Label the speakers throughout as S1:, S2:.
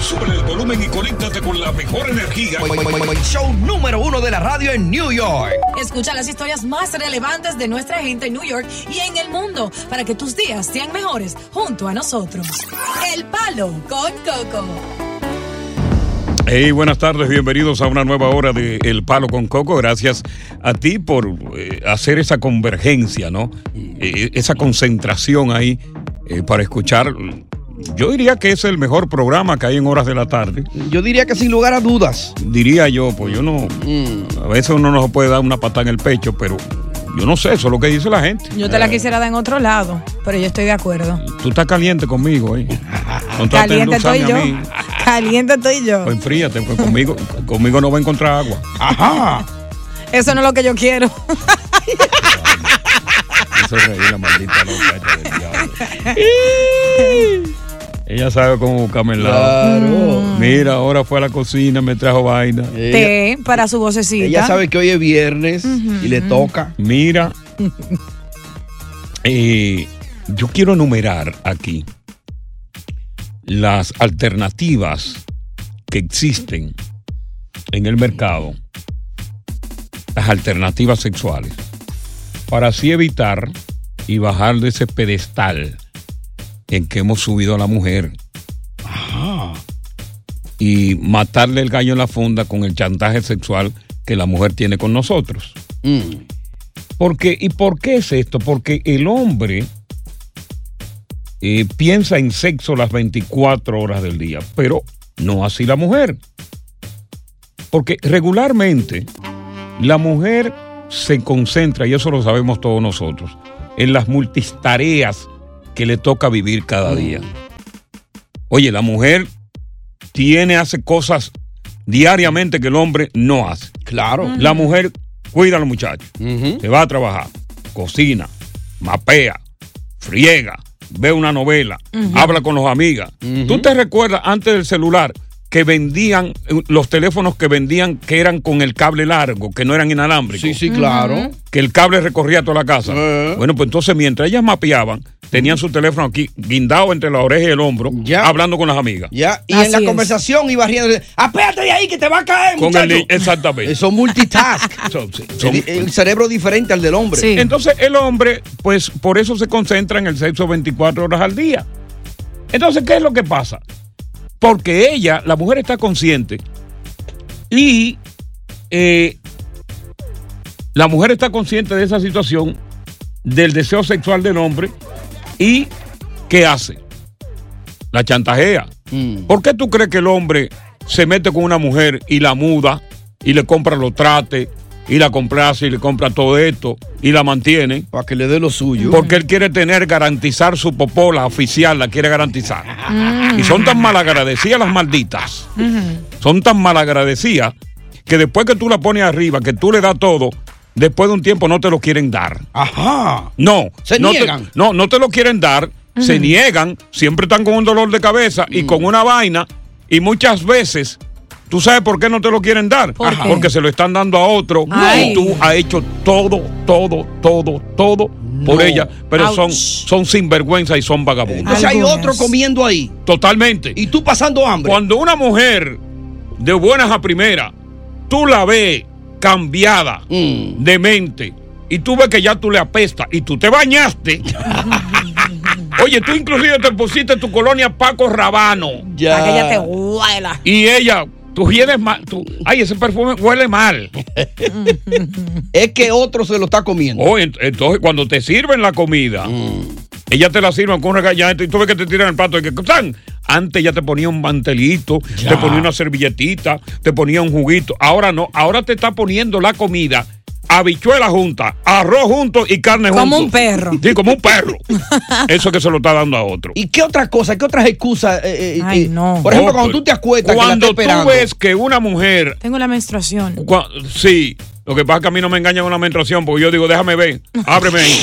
S1: Sube el volumen y conéctate con la mejor energía.
S2: Show número uno de la radio en New York.
S3: Escucha las historias más relevantes de nuestra gente en New York y en el mundo para que tus días sean mejores junto a nosotros. El Palo con Coco.
S1: Hey, buenas tardes, bienvenidos a una nueva hora de El Palo con Coco. Gracias a ti por eh, hacer esa convergencia, ¿no? Eh, esa concentración ahí eh, para escuchar. Yo diría que es el mejor programa que hay en horas de la tarde.
S2: Yo diría que sin lugar a dudas. Mm.
S1: Diría yo, pues yo no. A veces uno no se puede dar una patada en el pecho, pero yo no sé, eso es lo que dice la gente.
S4: Yo te la quisiera dar en otro lado, pero yo estoy de acuerdo.
S1: Eh. Tú estás caliente conmigo ahí. No trates de
S4: Caliente estoy
S1: endulzarme
S4: yo.
S1: a mí.
S4: Caliente estoy yo.
S1: Pues enfríate, pues conmigo, conmigo no va a encontrar agua.
S2: Ajá.
S4: Eso no es lo que yo quiero.
S1: Eso reí la maldita loca esta del diablo. Ella sabe cómo buscarme el lado.
S2: Claro.
S1: Mira, ahora fue a la cocina, me trajo vaina.
S2: Ella,
S4: Té para su vocecita.
S2: ella sabe que hoy es viernes y le toca.
S1: Mira, eh, yo quiero enumerar aquí las alternativas que existen en el mercado, las alternativas sexuales, para así evitar y bajar de ese pedestal en que hemos subido a la mujer y matarle el gallo en la funda con el chantaje sexual que la mujer tiene con nosotros.
S2: Mm.
S1: Porque, ¿Y por qué es esto? Porque el hombre eh, piensa en sexo las 24 horas del día, pero no así la mujer. Porque regularmente la mujer se concentra, y eso lo sabemos todos nosotros, en las multitareas que le toca vivir cada día. Oye, la mujer tiene, hace cosas diariamente que el hombre no hace.
S2: Claro.
S1: La mujer cuida a los muchachos.
S2: Ujú.
S1: Se va a trabajar, cocina, mapea, friega, ve una novela, habla con los amigas. ¿Tú te recuerdas antes del celular que vendían eh, los teléfonos que vendían que eran con el cable largo, que no eran inalámbricos?
S2: Sí, sí, claro.
S1: Que el cable recorría toda la casa.
S2: Eh.
S1: Bueno, pues entonces mientras ellas mapeaban, tenían su teléfono aquí guindado entre la oreja y el hombro,
S2: Ya.
S1: hablando con las amigas.
S2: Ya, y
S4: Así
S2: en la
S4: es.
S2: conversación iba riendo. Apéate de ahí que te va a caer,
S1: Con el,
S2: muchacho.
S1: li- exactamente.
S5: Eh,
S2: Son multitask.
S1: Son- son-
S2: el, el cerebro diferente al del hombre.
S4: Sí.
S1: Entonces el hombre, pues por eso se concentra en el sexo 24 horas al día. Entonces, ¿qué es lo que pasa? Porque ella, la mujer está consciente y eh, la mujer está consciente de esa situación, del deseo sexual del hombre y ¿qué hace? La chantajea. ¿Por qué tú crees que el hombre se mete con una mujer y la muda y le compra los trates y la complace y le compra todo esto y la mantiene.
S5: Para que le dé lo suyo.
S1: Porque él quiere tener, garantizar su popola oficial, la quiere garantizar.
S6: Mm.
S1: Y son tan malagradecidas las malditas. Son tan malagradecidas que después que tú la pones arriba, que tú le das todo, después de un tiempo no te lo quieren dar.
S5: Ajá.
S1: No.
S5: Se
S1: no te-
S5: niegan.
S1: no, no te lo quieren dar, se niegan, siempre están con un dolor de cabeza y con una vaina. Y muchas veces, ¿tú sabes por qué no te lo quieren dar?
S6: ¿Por qué?
S1: Porque se lo están dando a otro
S6: Ay.
S1: y tú has hecho todo, todo, todo, todo por ella. Pero son, son sinvergüenza y son vagabundos.
S5: Entonces hay otro comiendo ahí.
S1: Totalmente.
S5: Y tú pasando hambre.
S1: Cuando una mujer de buenas a primera, tú la ves cambiada de mente y tú ves que ya tú le apestas y tú te bañaste. Oye, tú inclusive te pusiste tu colonia Paco Rabano.
S4: Para que ella te huela.
S1: Y ella, tú vienes mal. tú- ay, ese perfume huele mal.
S5: es que otro se lo está comiendo.
S1: Oh. entonces, cuando te sirven la comida,
S5: Mm.
S1: ella te la sirven con regallante y tú ves que te tiran el plato. Y que, ¡tan! Antes ya te ponía un mantelito, te ponía una servilletita, te ponía un juguito. Ahora no, ahora te está poniendo la comida. Habichuela junta, arroz junto y carne junto.
S5: Como un perro.
S1: Sí, como un perro. Eso que se lo está dando a otro.
S5: ¿Y qué otras cosas? ¿Qué otras excusas? eh, eh, eh, Por ejemplo,
S1: Oh,
S5: cuando tú te acuestas,
S1: cuando
S5: que la está
S1: tú ves que una mujer
S4: Tengo la menstruación.
S1: Cua- sí, lo que pasa es que a mí no me engañan una menstruación porque yo digo, déjame ver, ábreme ahí.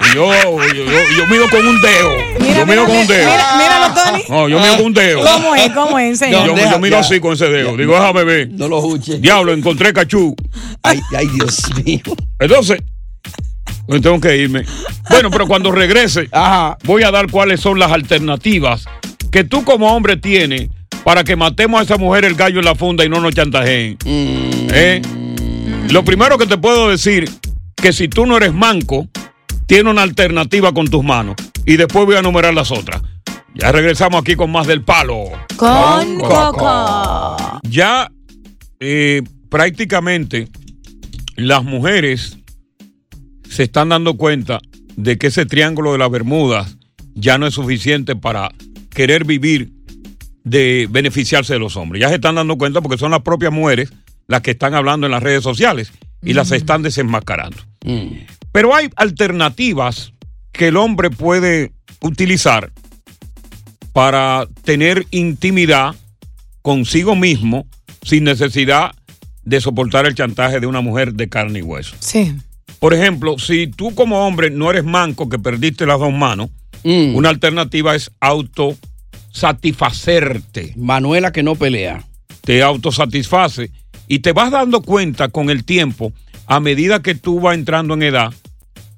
S1: Y yo, yo, yo- yo mido con un dedo. yo mido con un dedo.
S4: Mira, míralo, Tony.
S1: No, yo mido con un dedo.
S4: ¿Cómo es? ¿Cómo es? Enseña.
S1: yo, yo miro así con ese dedo. Digo, déjame ver.
S5: No lo escuches.
S1: Diablo, encontré cachú.
S5: Ay, ay, Dios mío.
S1: Entonces, pues tengo que irme. Bueno, pero cuando regrese, voy a dar cuáles son las alternativas que tú como hombre tienes para que matemos a esa mujer el gallo en la funda y no nos chantajeen. ¿Eh? Lo primero que te puedo decir, que si tú no eres manco, tienes una alternativa con tus manos. Y después voy a enumerar las otras. Ya regresamos aquí con más del palo.
S6: Con
S1: Coco. Ya eh, prácticamente las mujeres se están dando cuenta de que ese triángulo de las Bermudas ya no es suficiente para querer vivir de beneficiarse de los hombres. Ya se están dando cuenta porque son las propias mujeres las que están hablando en las redes sociales y las están desenmascarando. Pero hay alternativas que el hombre puede utilizar para tener intimidad consigo mismo sin necesidad de soportar el chantaje de una mujer de carne y hueso.
S4: Sí.
S1: Por ejemplo, si tú como hombre no eres manco, que perdiste las dos manos,
S5: Mm.
S1: una alternativa es autosatisfacerte.
S5: Manuela que no pelea.
S1: Te autosatisface y te vas dando cuenta con el tiempo, a medida que tú vas entrando en edad,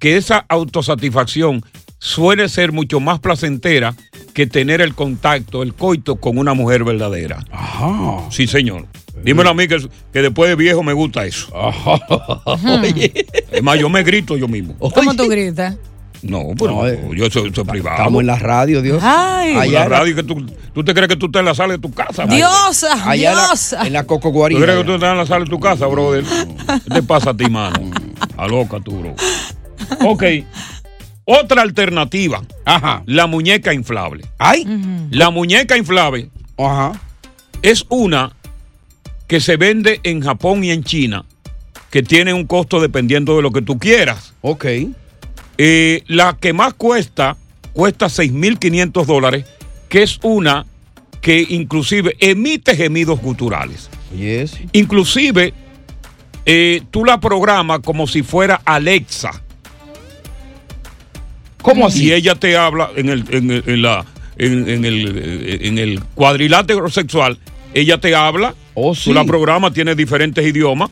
S1: que esa autosatisfacción suele ser mucho más placentera que tener el contacto, el coito con una mujer verdadera.
S5: Ajá.
S1: Sí, señor. Dímelo a mí que, que después de viejo me gusta eso. Es más, yo me grito yo mismo.
S4: ¿Cómo tú gritas?
S1: No, pero yo soy, soy privado.
S5: Estamos en la radio, Dios.
S4: Ay.
S1: Como
S5: eh, Allá
S1: la
S5: en la-
S1: radio que tú, tú te crees que tú estás en la sala de tu casa. brother.
S4: Diosa,
S1: Allá la-
S4: diosa.
S5: En la Coco
S1: ¿Tú
S5: Guarina.
S1: crees que tú estás en la sala de tu casa, brother? ¿Qué te pasa a ti, mano? A loca tú, bro. Ok. Otra alternativa.
S5: Ajá.
S1: La muñeca inflable.
S5: ¡Ay!
S1: La muñeca inflable.
S5: Ajá.
S1: Es una que se vende en Japón y en China, que tiene un costo dependiendo de lo que tú quieras.
S5: Ok.
S1: Eh, la que más cuesta, cuesta 6.500 dólares, que es una que inclusive emite gemidos guturales.
S5: Yes.
S1: Inclusive, eh, tú la programas como si fuera Alexa.
S5: ¿Cómo así?
S1: Y ella te habla en el, en el- en la- en- en el, eh, en el cuadrilátero sexual. Ella te habla.
S5: Oh,
S1: Tú la programas, tiene diferentes idiomas.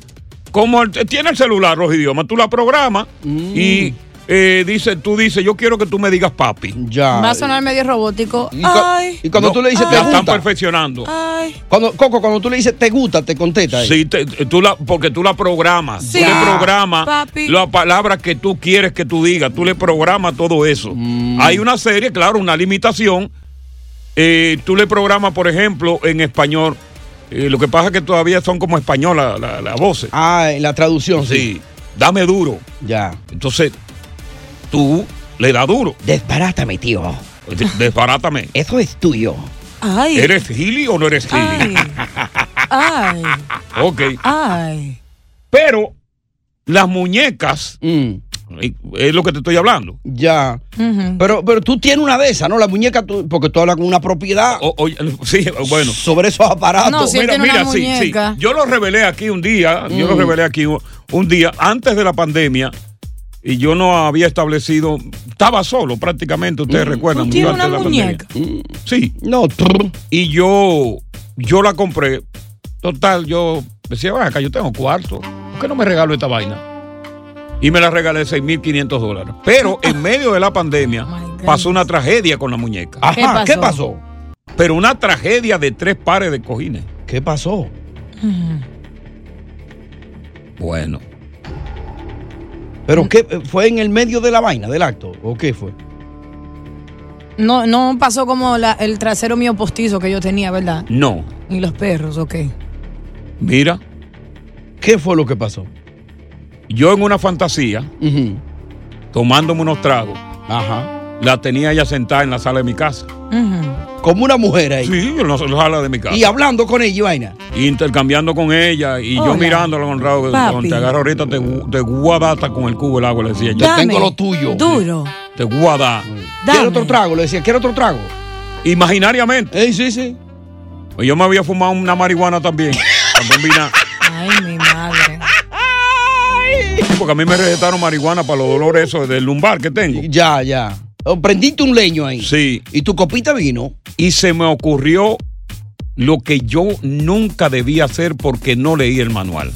S1: Como el- eh, tiene el celular los idiomas, tú la programas
S5: Mm.
S1: y eh, dice, tú dices, yo quiero que tú me digas papi.
S5: Ya.
S4: Va a sonar medio robótico.
S5: Y, cua-
S4: Ay.
S5: y cuando tú le dices
S1: la
S5: te
S1: ah, están
S5: gusta.
S1: perfeccionando.
S5: Cuando, Coco, cuando tú le dices te gusta, te contesta. eh.
S1: Sí, te- tú la, porque tú la programas. Tú
S5: Sí. Ya.
S1: le programas
S5: Papi.
S1: la palabra que tú quieres que tú digas. Tú le programas todo eso. Hay una serie, claro, una limitación. Eh, tú le programas, por ejemplo, en español. Eh, lo que pasa es que todavía son como españolas las voces.
S5: Ah, en la traducción.
S1: Sí. Dame duro.
S5: Ya.
S1: Entonces, tú le das duro.
S5: Desbarátame, tío.
S1: De- Desbarátame.
S5: Eso es tuyo.
S4: Ay.
S1: ¿Eres gili o no eres gili?
S4: Ay,
S1: Ok.
S4: ay.
S1: Pero las muñecas, eh, es lo que te estoy hablando.
S5: Mm, Ya. Pero, pero tú tienes una de esas, ¿no? La muñeca, tú- porque tú hablas con una propiedad.
S1: Oye, sí, Oh, bueno.
S5: Sobre esos aparatos.
S4: No, si él tiene una muñeca.
S1: Yo lo revelé aquí un día, yo lo
S5: Mm.
S1: revelé aquí un, un día antes de la pandemia y yo no había establecido, estaba solo prácticamente, ustedes recuerdan.
S4: Mm. Tú tienes
S1: mucho antes
S4: una
S1: de la
S4: muñeca.
S1: pandemia. Sí.
S5: No.
S1: Y yo, yo la compré. Total, yo decía, "Ven acá yo tengo cuarto, ¿por qué no me regalo esta vaina? Y me la regalé 6.500 dólares. Pero en medio de la pandemia pasó una tragedia con la muñeca.
S5: Ajá, Oh ¿Qué pasó? ¿qué pasó?
S1: Pero una tragedia de tres pares de cojines.
S5: ¿Qué pasó?
S1: Bueno.
S5: ¿Pero qué? ¿Fue en el medio de la vaina, del acto? ¿O qué fue?
S4: No, no pasó como la- el trasero mío postizo que yo tenía, ¿verdad?
S1: No.
S4: Ni los perros, ok.
S1: Mira.
S5: ¿Qué fue lo que pasó?
S1: Yo en una fantasía, tomándome unos tragos, la tenía ella sentada en la sala de mi casa.
S5: Como una mujer ahí.
S1: Sí, en la sala de mi casa.
S5: Y hablando con ella y vaina.
S1: intercambiando con ella y yo
S5: Hola.
S1: mirándola con rabo.
S5: Papi.
S1: Te agarro ahorita, te, gu- te guabata con el cubo el agua, le decía yo.
S5: Yo tengo lo tuyo.
S4: Duro.
S1: Te guada.
S5: Quiero otro trago, le decía, quiero otro trago.
S1: Imaginariamente.
S5: sí, sí.
S1: Yo me había fumado una marihuana también. para combinar.
S4: Ay, mi madre.
S1: Sí, Porque a mí me recetaron marihuana para los dolores esos del lumbar que tengo.
S5: Ya, ya. O Prendiste un leño ahí.
S1: Sí.
S5: Y tu copita vino.
S1: Y se me ocurrió lo que yo nunca debía hacer porque no leí el manual.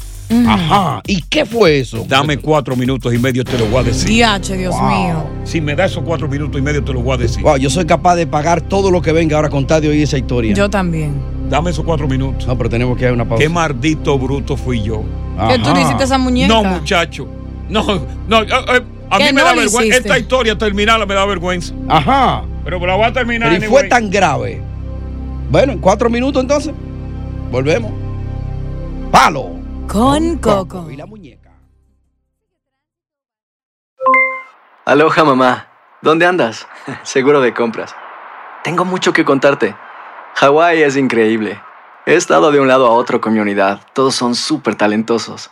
S5: Ajá. ¿Y qué fue eso?
S1: Dame cuatro minutos y medio, te lo voy a decir.
S4: Diache, Dios mío.
S1: Si me da esos cuatro minutos y medio, te lo voy a decir.
S5: Wow, yo soy capaz de pagar todo lo que venga ahora a contar de hoy esa historia.
S4: Yo también.
S1: Dame esos cuatro minutos.
S5: No, pero tenemos que dar una pausa.
S1: Qué maldito bruto fui yo.
S4: Que tú le hiciste esa muñeca.
S1: No, muchacho. No, no. eh, eh, a
S4: Que
S1: mí me
S4: no
S1: da
S4: lo
S1: vergüenza.
S4: hiciste.
S1: Esta historia terminarla me da vergüenza.
S5: Ajá.
S1: Pero la voy a terminar.
S5: Pero y fue
S1: anyway.
S5: tan grave. Bueno, en cuatro minutos entonces. Volvemos. Palo.
S4: Con Coco.
S7: Aloha mamá, ¿dónde andas? Seguro de compras. Tengo mucho que contarte. Hawái es increíble. He estado de un lado a otro con mi unidad. Todos son súper talentosos.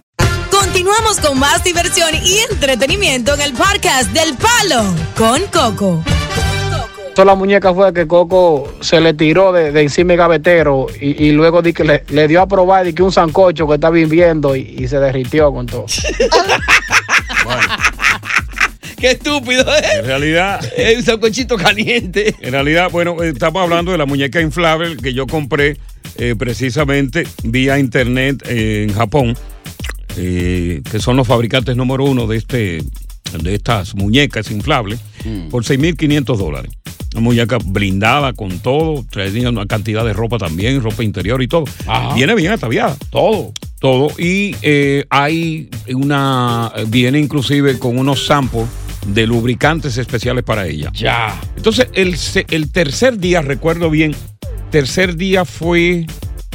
S3: Continuamos con más diversión y entretenimiento en el podcast del Palo con Coco.
S8: Toda la muñeca fue que Coco se le tiró de, de encima del gavetero y, y luego di que le, le dio a probar di que un sancocho que estaba hirviendo y, y se derritió con todo.
S5: Qué estúpido,
S1: En realidad.
S5: Es un sancochito caliente.
S1: En realidad, bueno, estamos hablando de la muñeca inflable que yo compré eh, precisamente vía internet eh, en Japón, eh, que son los fabricantes número uno de, este, de estas muñecas inflables, por 6.500 dólares. Una muñeca blindada con todo, traía una cantidad de ropa también, ropa interior y todo. Viene bien ataviada.
S5: Todo.
S1: Todo. Y eh, hay una. Viene inclusive con unos samples de lubricantes especiales para ella.
S5: Ya.
S1: Entonces, el, se- el tercer día, recuerdo bien, tercer día fue,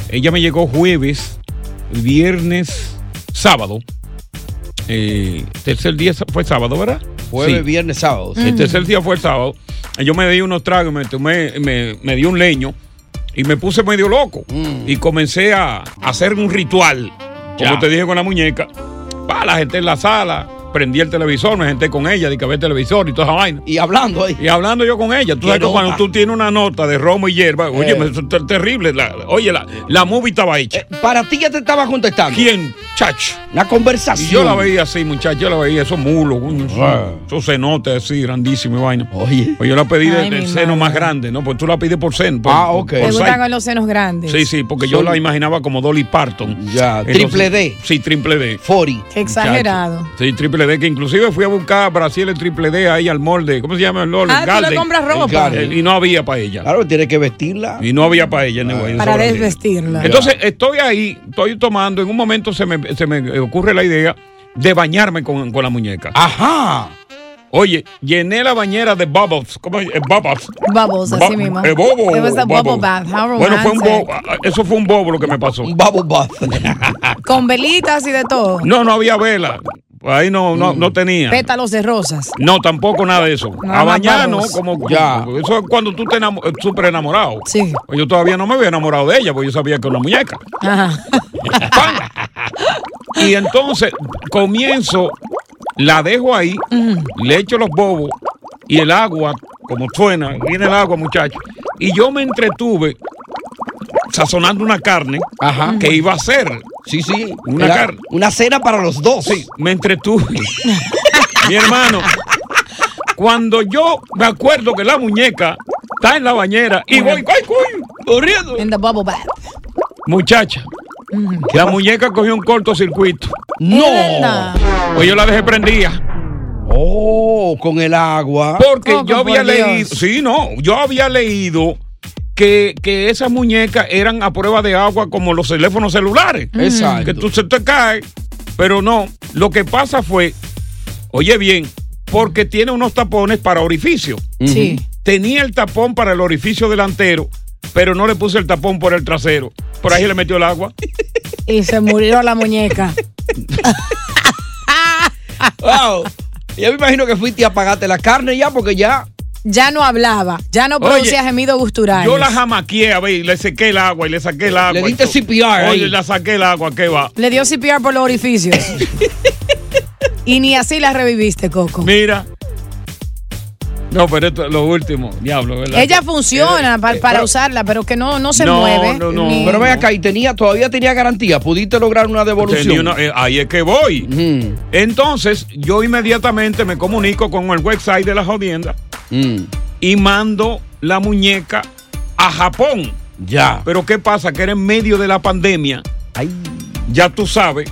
S1: ella me llegó jueves, viernes, sábado. Eh, tercer día sa- fue sábado, ¿verdad?
S5: Jueves,
S1: Sí. Mm.
S5: viernes, sábado. sí.
S1: El tercer día fue el sábado. Yo me di unos tragos, me, tomé, me, me di un leño y me puse medio loco. Y comencé a, hacer un ritual, como
S5: Mm. Ya.
S1: te dije con la muñeca. Pa, la gente en la sala, prendí el televisor, me senté con ella, di que a ver televisor y toda esa vaina.
S5: Y hablando ahí.
S1: Y hablando yo con ella. Tú
S5: Qué
S1: sabes que cuando
S5: nota.
S1: tú tienes una nota de romo y hierba, oye,
S5: ah. Eh.
S1: eso es terrible. la- oye, la, la movie estaba hecha.
S5: Para ti ya te estaba contestando.
S1: ¿Quién, chacho?
S5: La
S1: Y
S5: conversación.
S1: yo la veía así, muchachos, yo la veía, esos mulos, coño, esos, esos cenotes así, grandísimos y vaina.
S5: Ah.
S1: Pues
S5: Oye.
S1: yo la pedí de-
S4: Ay, mi
S1: del seno
S4: madre.
S1: más grande, ¿no? Pues tú la pides por seno. por-
S5: Ah, ok.
S1: por
S4: Me
S1: size.
S4: gustan con los senos grandes.
S1: Pues Sí, sí, porque yo
S4: Son-
S1: la imaginaba como Dolly Parton.
S5: Ya, triple D.
S1: Sí, triple D.
S5: 40.
S4: Qué exagerado.
S1: Sí, triple D, que inclusive fui a buscar a Brasil el triple D ahí al molde. ¿Cómo se llama el molde?
S4: Ah, tú le compras ropa.
S1: Eh, Y no había para ella.
S5: Claro, tienes que vestirla.
S1: Y no había para ella. anyway, en
S4: Ah. Para
S1: Brasil.
S4: desvestirla.
S1: Entonces estoy ahí, estoy tomando, en un momento se me, se me ocurre la idea de bañarme con, con la muñeca.
S5: Ajá.
S1: Oye, llené la bañera de bubbles. ¿Cómo es? Eh, bubbles.
S4: Bubbles, así
S1: Ba-
S4: mismo.
S1: eh, bobo,
S4: It was a bubble
S1: bubble.
S4: bath. How
S1: Bueno, fue un
S4: romantic.
S1: bobo. ah, Eso fue un bobo lo que me pasó. Un
S5: bubble bath.
S4: Con velitas y de todo.
S1: No, no había vela. Ahí no, no, no tenía.
S4: Pétalos de rosas.
S1: No, tampoco nada de eso.
S4: Mm. Nada
S1: a
S4: más
S1: bañarnos
S4: babos.
S1: como
S4: Ya.
S1: Eso es cuando tú te enamo- eh, súper enamorado. Sí. Yo todavía no me había enamorado de ella, porque yo sabía que era una muñeca.
S4: Ajá.
S1: Y entonces comienzo, la dejo ahí, le echo los bobos y el agua, como suena, viene el agua, muchachos. Y yo me entretuve sazonando una carne que iba a ser.
S5: Sí, sí.
S1: Una
S5: Era
S1: carne.
S5: Una cena para los dos.
S1: Sí, me entretuve. Mi hermano, cuando yo me acuerdo que la muñeca está en la bañera y voy, ¡ay, coño! Corriendo.
S4: En the bubble bath.
S1: Muchacha, la muñeca cogió un cortocircuito.
S5: ¡No!
S1: Pues yo la dejé prendida.
S5: Oh, con el agua.
S1: Porque yo había leído, sí, no, yo había leído que, que esas muñecas eran a prueba de agua como los teléfonos celulares.
S5: Mm. Exacto.
S1: Que tú se te cae, pero no, lo que pasa fue, oye bien, porque tiene unos tapones para orificio.
S4: Sí.
S1: Tenía el tapón para el orificio delantero, pero no le puse el tapón por el trasero. Por ahí le metió el agua.
S4: Y se murió la muñeca.
S5: Wow. Yo me imagino que fuiste a pagarte la carne ya, porque ya.
S4: Ya no hablaba. Ya no
S1: Oye,
S4: producía gemido gustural.
S1: Yo la jamaqueé, a ver, y le sequé el agua y le saqué el agua. y
S5: diste
S1: todo.
S5: CPR
S1: Ah, Oye,
S5: ahí.
S1: la saqué el agua, ¿qué va?
S4: Le dio CPR por los orificios. y ni así la reviviste, Coco.
S1: Mira. No, pero esto es lo último. Diablo, ¿verdad?
S4: Ella
S1: eh,
S4: funciona pa- para, usarla, pero que no, no se mueve. ni-
S5: Pero ve acá, y tenía, todavía tenía garantía. Pudiste lograr una devolución.
S1: Tenía una- eh, ahí es que voy.
S5: Mm.
S1: Entonces, yo inmediatamente me comunico con el website de la jodienda
S5: Mm.
S1: y mando la muñeca a Japón.
S5: Ya.
S1: Pero ¿qué pasa? Que era en medio de la pandemia. Ya tú sabes.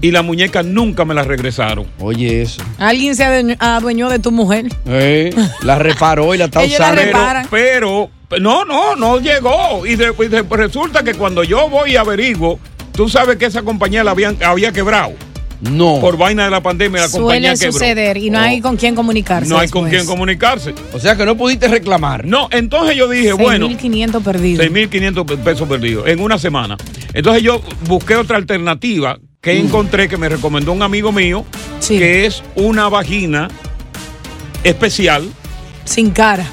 S1: Y la muñeca nunca me la regresaron.
S5: Oye, eso.
S4: Alguien se adueñó, adueñó de tu mujer.
S1: Eh.
S5: la reparó y la está
S4: Ellos la
S5: usando.
S4: reparan.
S1: Pero, no, no, no llegó. Y, de- y de- resulta que cuando yo voy y averiguo, tú sabes que esa compañía la habían, había quebrado.
S5: No.
S1: Por vaina de la pandemia, la compañía
S4: Suele
S1: quebró. Oh.
S4: suceder y no hay con quién comunicarse.
S1: No hay con quién
S4: después.
S1: comunicarse.
S5: O sea que no pudiste reclamar.
S1: No, entonces yo dije, bueno,
S4: 6.500 perdidos.
S1: 6.500 pe- pesos perdidos en una semana. Entonces yo busqué otra alternativa que
S4: Mm.
S1: encontré que me recomendó un amigo mío, que es una vagina especial
S4: Sin cara.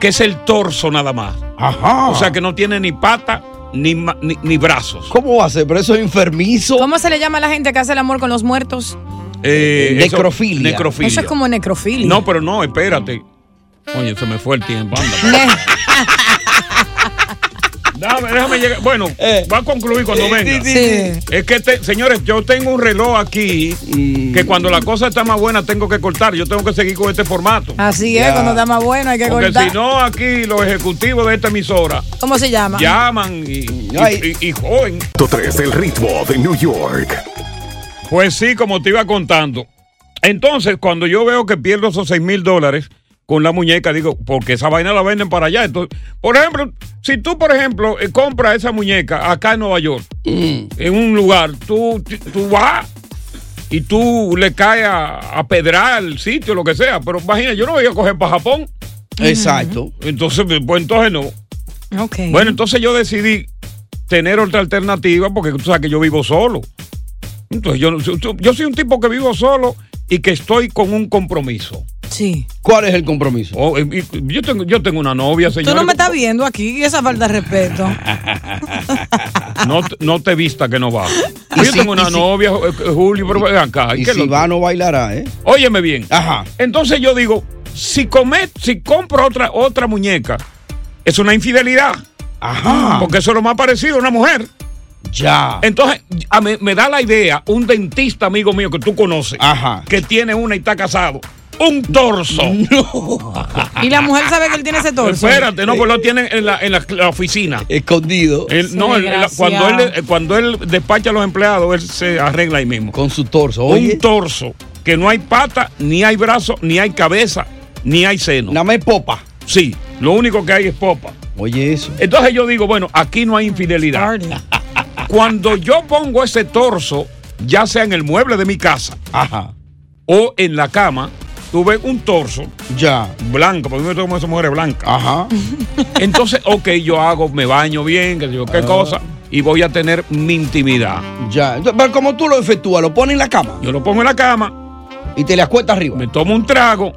S1: que es el torso nada más.
S5: Ajá.
S1: O sea que no tiene ni pata ni, ma- ni, ni brazos.
S5: ¿Cómo va a ser? Pero eso es enfermizo.
S4: ¿Cómo se le llama a la gente que hace el amor con los muertos?
S1: Eh, eso-
S5: Necrofilia.
S1: necrofilia.
S4: Eso es como necrofilia.
S1: No, pero no, espérate. Oye, se me fue el tiempo. anda. Dame, déjame llegar. Bueno, va a concluir cuando
S5: Eh. Sí,
S1: venga.
S5: sí, sí.
S1: Es que, te- señores, yo tengo un reloj aquí
S5: Mm.
S1: que cuando la cosa está más buena tengo que cortar. Yo tengo que seguir con este formato.
S4: Así es, cuando está más bueno hay que
S1: Porque
S4: cortar.
S1: si no, aquí los ejecutivos de esta emisora
S4: ¿Cómo se llama?
S1: llaman y, y,
S4: Ay.
S1: y- y joden.
S9: 103 el ritmo de New York.
S1: Pues sí, como te iba contando. Entonces, cuando yo veo que pierdo esos 6 mil dólares con la muñeca, digo, porque esa vaina la venden para allá. Entonces, por ejemplo, si tú, por ejemplo, eh, compras esa muñeca acá en Nueva York, en un lugar, tú, tú vas y tú le caes a, a pedrar el sitio, lo que sea. Pero imagina, yo no voy a coger para Japón.
S5: Exacto.
S1: Entonces, pues entonces no.
S4: Ok.
S1: Bueno, entonces yo decidí tener otra alternativa porque tú sabes que yo vivo solo. Entonces yo, yo- yo soy un tipo que vivo solo y que estoy con un compromiso. Oh,
S4: Sí.
S5: ¿Cuál es el compromiso?
S1: yo, tengo, yo tengo una novia,
S4: Tú
S1: señor.
S4: no me estás viendo aquí, esa falta de respeto.
S1: no, te- no te vista que no va. Yo
S5: si-
S1: tengo una
S5: y si-
S1: novia, eh, eh, Julio, pero ven acá.
S5: Y
S1: ¿qué
S5: si
S1: lo-
S5: va, no bailará, ¿eh?
S1: Óyeme bien. Ajá. Entonces yo digo, si come, si compro otra, otra muñeca, es una infidelidad.
S5: Ah.
S1: Ajá. Porque eso es lo más parecido a una mujer.
S5: Ya.
S1: Entonces, a me, me da la idea, un dentista amigo mío que tú conoces,
S5: Ajá.
S1: que tiene una y está casado, un torso.
S4: Y la mujer sabe que él tiene ese torso.
S1: Espérate, no, pues lo tienen en la, en la- la oficina.
S5: Escondido.
S1: Él- no, él- la- cuando, él,
S5: Desgraciado.
S1: eh, cuando él despacha a los empleados, él se arregla ahí mismo.
S5: Con su torso,
S1: oye. Un torso, que no hay pata, ni hay brazo, ni hay cabeza, ni hay seno. Nada
S5: más es popa.
S1: Sí, lo único que hay es popa.
S5: Oye, eso.
S1: Entonces yo digo, bueno, aquí no hay infidelidad. Cuando yo pongo ese torso, ya sea en el mueble de mi casa o en la cama, tú ves un torso
S5: ya.
S1: blanco, porque yo tengo esas mujeres blancas. Entonces, ok, yo hago, me baño bien, que yo,
S5: Ah.
S1: qué cosa, y voy a tener mi intimidad.
S5: Ya. Entonces, pero ¿cómo tú lo efectúas? ¿Lo pones en la cama?
S1: Yo lo pongo en la cama.
S5: Y te le acuestas arriba. Mm.
S1: Me tomo un trago.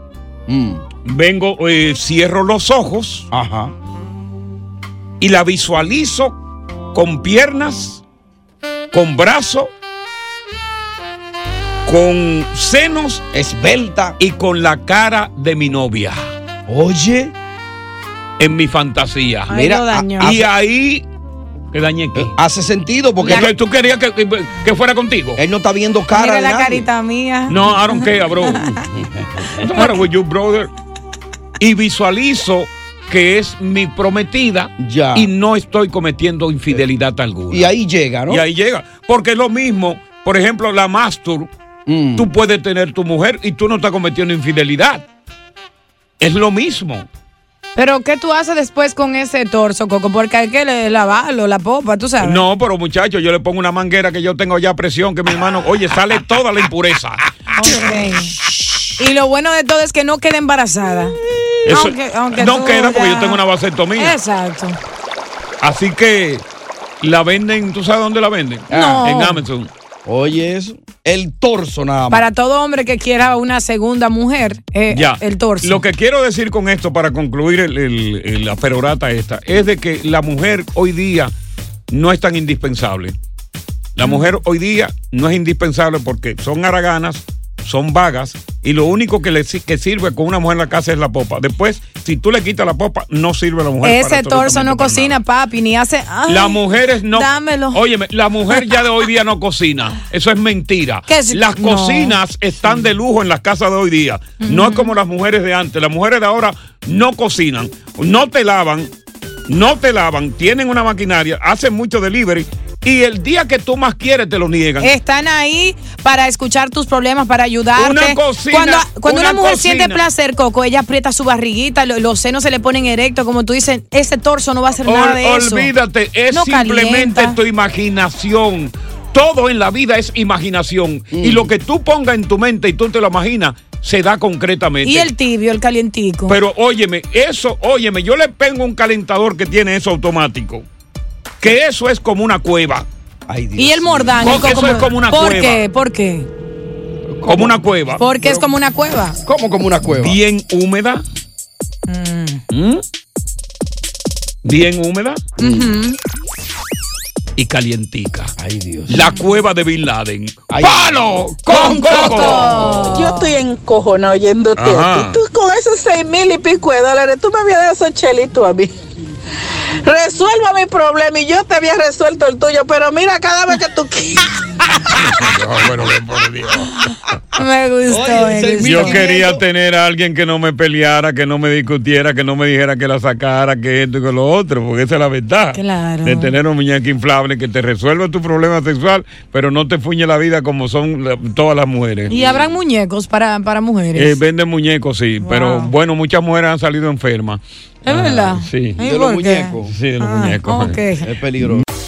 S1: Vengo, eh, cierro los ojos. Y la visualizo con piernas, con brazo, con senos.
S5: Esbelta.
S1: Y con la cara de mi novia.
S5: Oye.
S1: En mi fantasía.
S5: Ay, Mira, lo dañó.
S1: a-
S5: a-
S1: y ahí. Que dañé aquí.
S5: Hace sentido porque.
S1: Porque tú querías que, que- que fuera contigo.
S5: Él no está viendo
S4: Mira la carita mía.
S1: No, I don't care, bro. No matter with you, brother. Y visualizo que es mi prometida
S5: Ya.
S1: y no estoy cometiendo infidelidad alguna.
S5: Y ahí llega, ¿no?
S1: Y ahí llega. Porque es lo mismo, por ejemplo, la mastur,
S5: Mm.
S1: tú puedes tener tu mujer y tú no estás cometiendo infidelidad. Es lo mismo.
S4: Pero ¿qué tú haces después con ese torso, Coco? Porque hay que le- lavarlo, la popa, tú sabes.
S1: No, pero muchachos, yo le pongo una manguera que yo tengo ya a presión, que mi hermano, oye, sale toda la impureza.
S4: Ok. Y lo bueno de todo es que no queda embarazada.
S1: Eso-
S4: Aunque- aunque
S1: no
S4: tú
S1: queda porque
S4: ya-
S1: yo tengo una vasectomía.
S4: Exacto.
S1: Así que la venden, ¿tú sabes dónde la venden?
S4: Ah. No.
S1: En Amazon.
S5: Oye, eso. El torso nada más.
S4: Para todo hombre que quiera una segunda mujer, eh,
S1: Ya.
S4: el torso.
S1: Lo que quiero decir con esto, para concluir el- el- el- la perorata esta, es de que la mujer hoy día no es tan indispensable. La
S4: Mm.
S1: mujer hoy día no es indispensable porque son haraganas, son vagas, y lo único que le si- que sirve con una mujer en la casa es la popa. Después, si tú le quitas la popa, no sirve la mujer. para
S4: Ese torso no
S1: absolutamente para
S4: cocina, papi, ni hace. ay,
S1: Las mujeres no.
S4: Dámelo.
S1: Óyeme, la mujer ya de hoy día no cocina. Eso es mentira.
S4: ¿Qué es?
S1: Las
S4: No.
S1: cocinas están de lujo en las casas de hoy día. No es como las mujeres de antes. Las mujeres de ahora no cocinan, no te lavan, no te lavan, tienen una maquinaria, hacen mucho delivery y el día que tú más quieres te lo niegan.
S4: Están ahí para escuchar tus problemas, para ayudarte.
S1: Una cocina,
S4: cuando cuando una,
S1: una
S4: mujer
S1: cocina.
S4: siente placer, Coco, ella aprieta su barriguita, lo- los senos se le ponen erectos, como tú dices, ese torso no va a hacer nada
S1: Ol-
S4: de eso.
S1: Olvídate, es
S4: No
S1: simplemente
S4: calienta.
S1: tu imaginación. Todo en la vida es imaginación.
S4: Mm.
S1: Y lo que tú pongas en tu mente y tú te lo imaginas, se da concretamente.
S4: Y el tibio, el calientico.
S1: Pero óyeme, eso, óyeme, yo le pongo un calentador que tiene eso automático. Que eso es como una cueva.
S4: y el mordán.
S1: mío.
S4: el coco
S1: Eso es como una
S4: ¿Por
S1: cueva.
S4: qué? ¿Por qué?
S1: Como una cueva.
S4: Porque es como una cueva.
S5: ¿Cómo como una cueva?
S1: Bien húmeda. ¿Mm? Bien húmeda
S4: Ujú.
S1: y calientica.
S5: Ay, Dios.
S1: La cueva de Bin Laden. ¡Palo!
S10: Con
S1: ¡Con coco!
S10: Yo
S5: Ah.
S10: estoy encojonado oyéndote.
S1: Ajá.
S10: a ti. Tú con esos seis mil y pico de dólares, tú me habías dado esos chelitos a mí. Resuelva mi problema y yo te había resuelto el tuyo, pero mira, cada vez que tú quieres.
S4: Me gustó. me gustó.
S1: Yo quería tener a alguien que no me peleara, que no me discutiera, que no me dijera que la sacara, que esto y que lo otro, porque esa es la verdad.
S4: Claro.
S1: De tener un muñeco inflable que te resuelva tu problema sexual, pero no te fuñe la vida como son la- todas las mujeres.
S4: Y habrán muñecos para, para
S1: Eh,
S4: mujeres.
S1: venden muñecos, sí, pero bueno, muchas mujeres han salido enfermas.
S4: es verdad.
S1: Ah, Sí.
S4: ¿Y por qué? Ah,
S1: Sí, de los muñecos. Eh,
S4: ok.
S5: Es peligroso.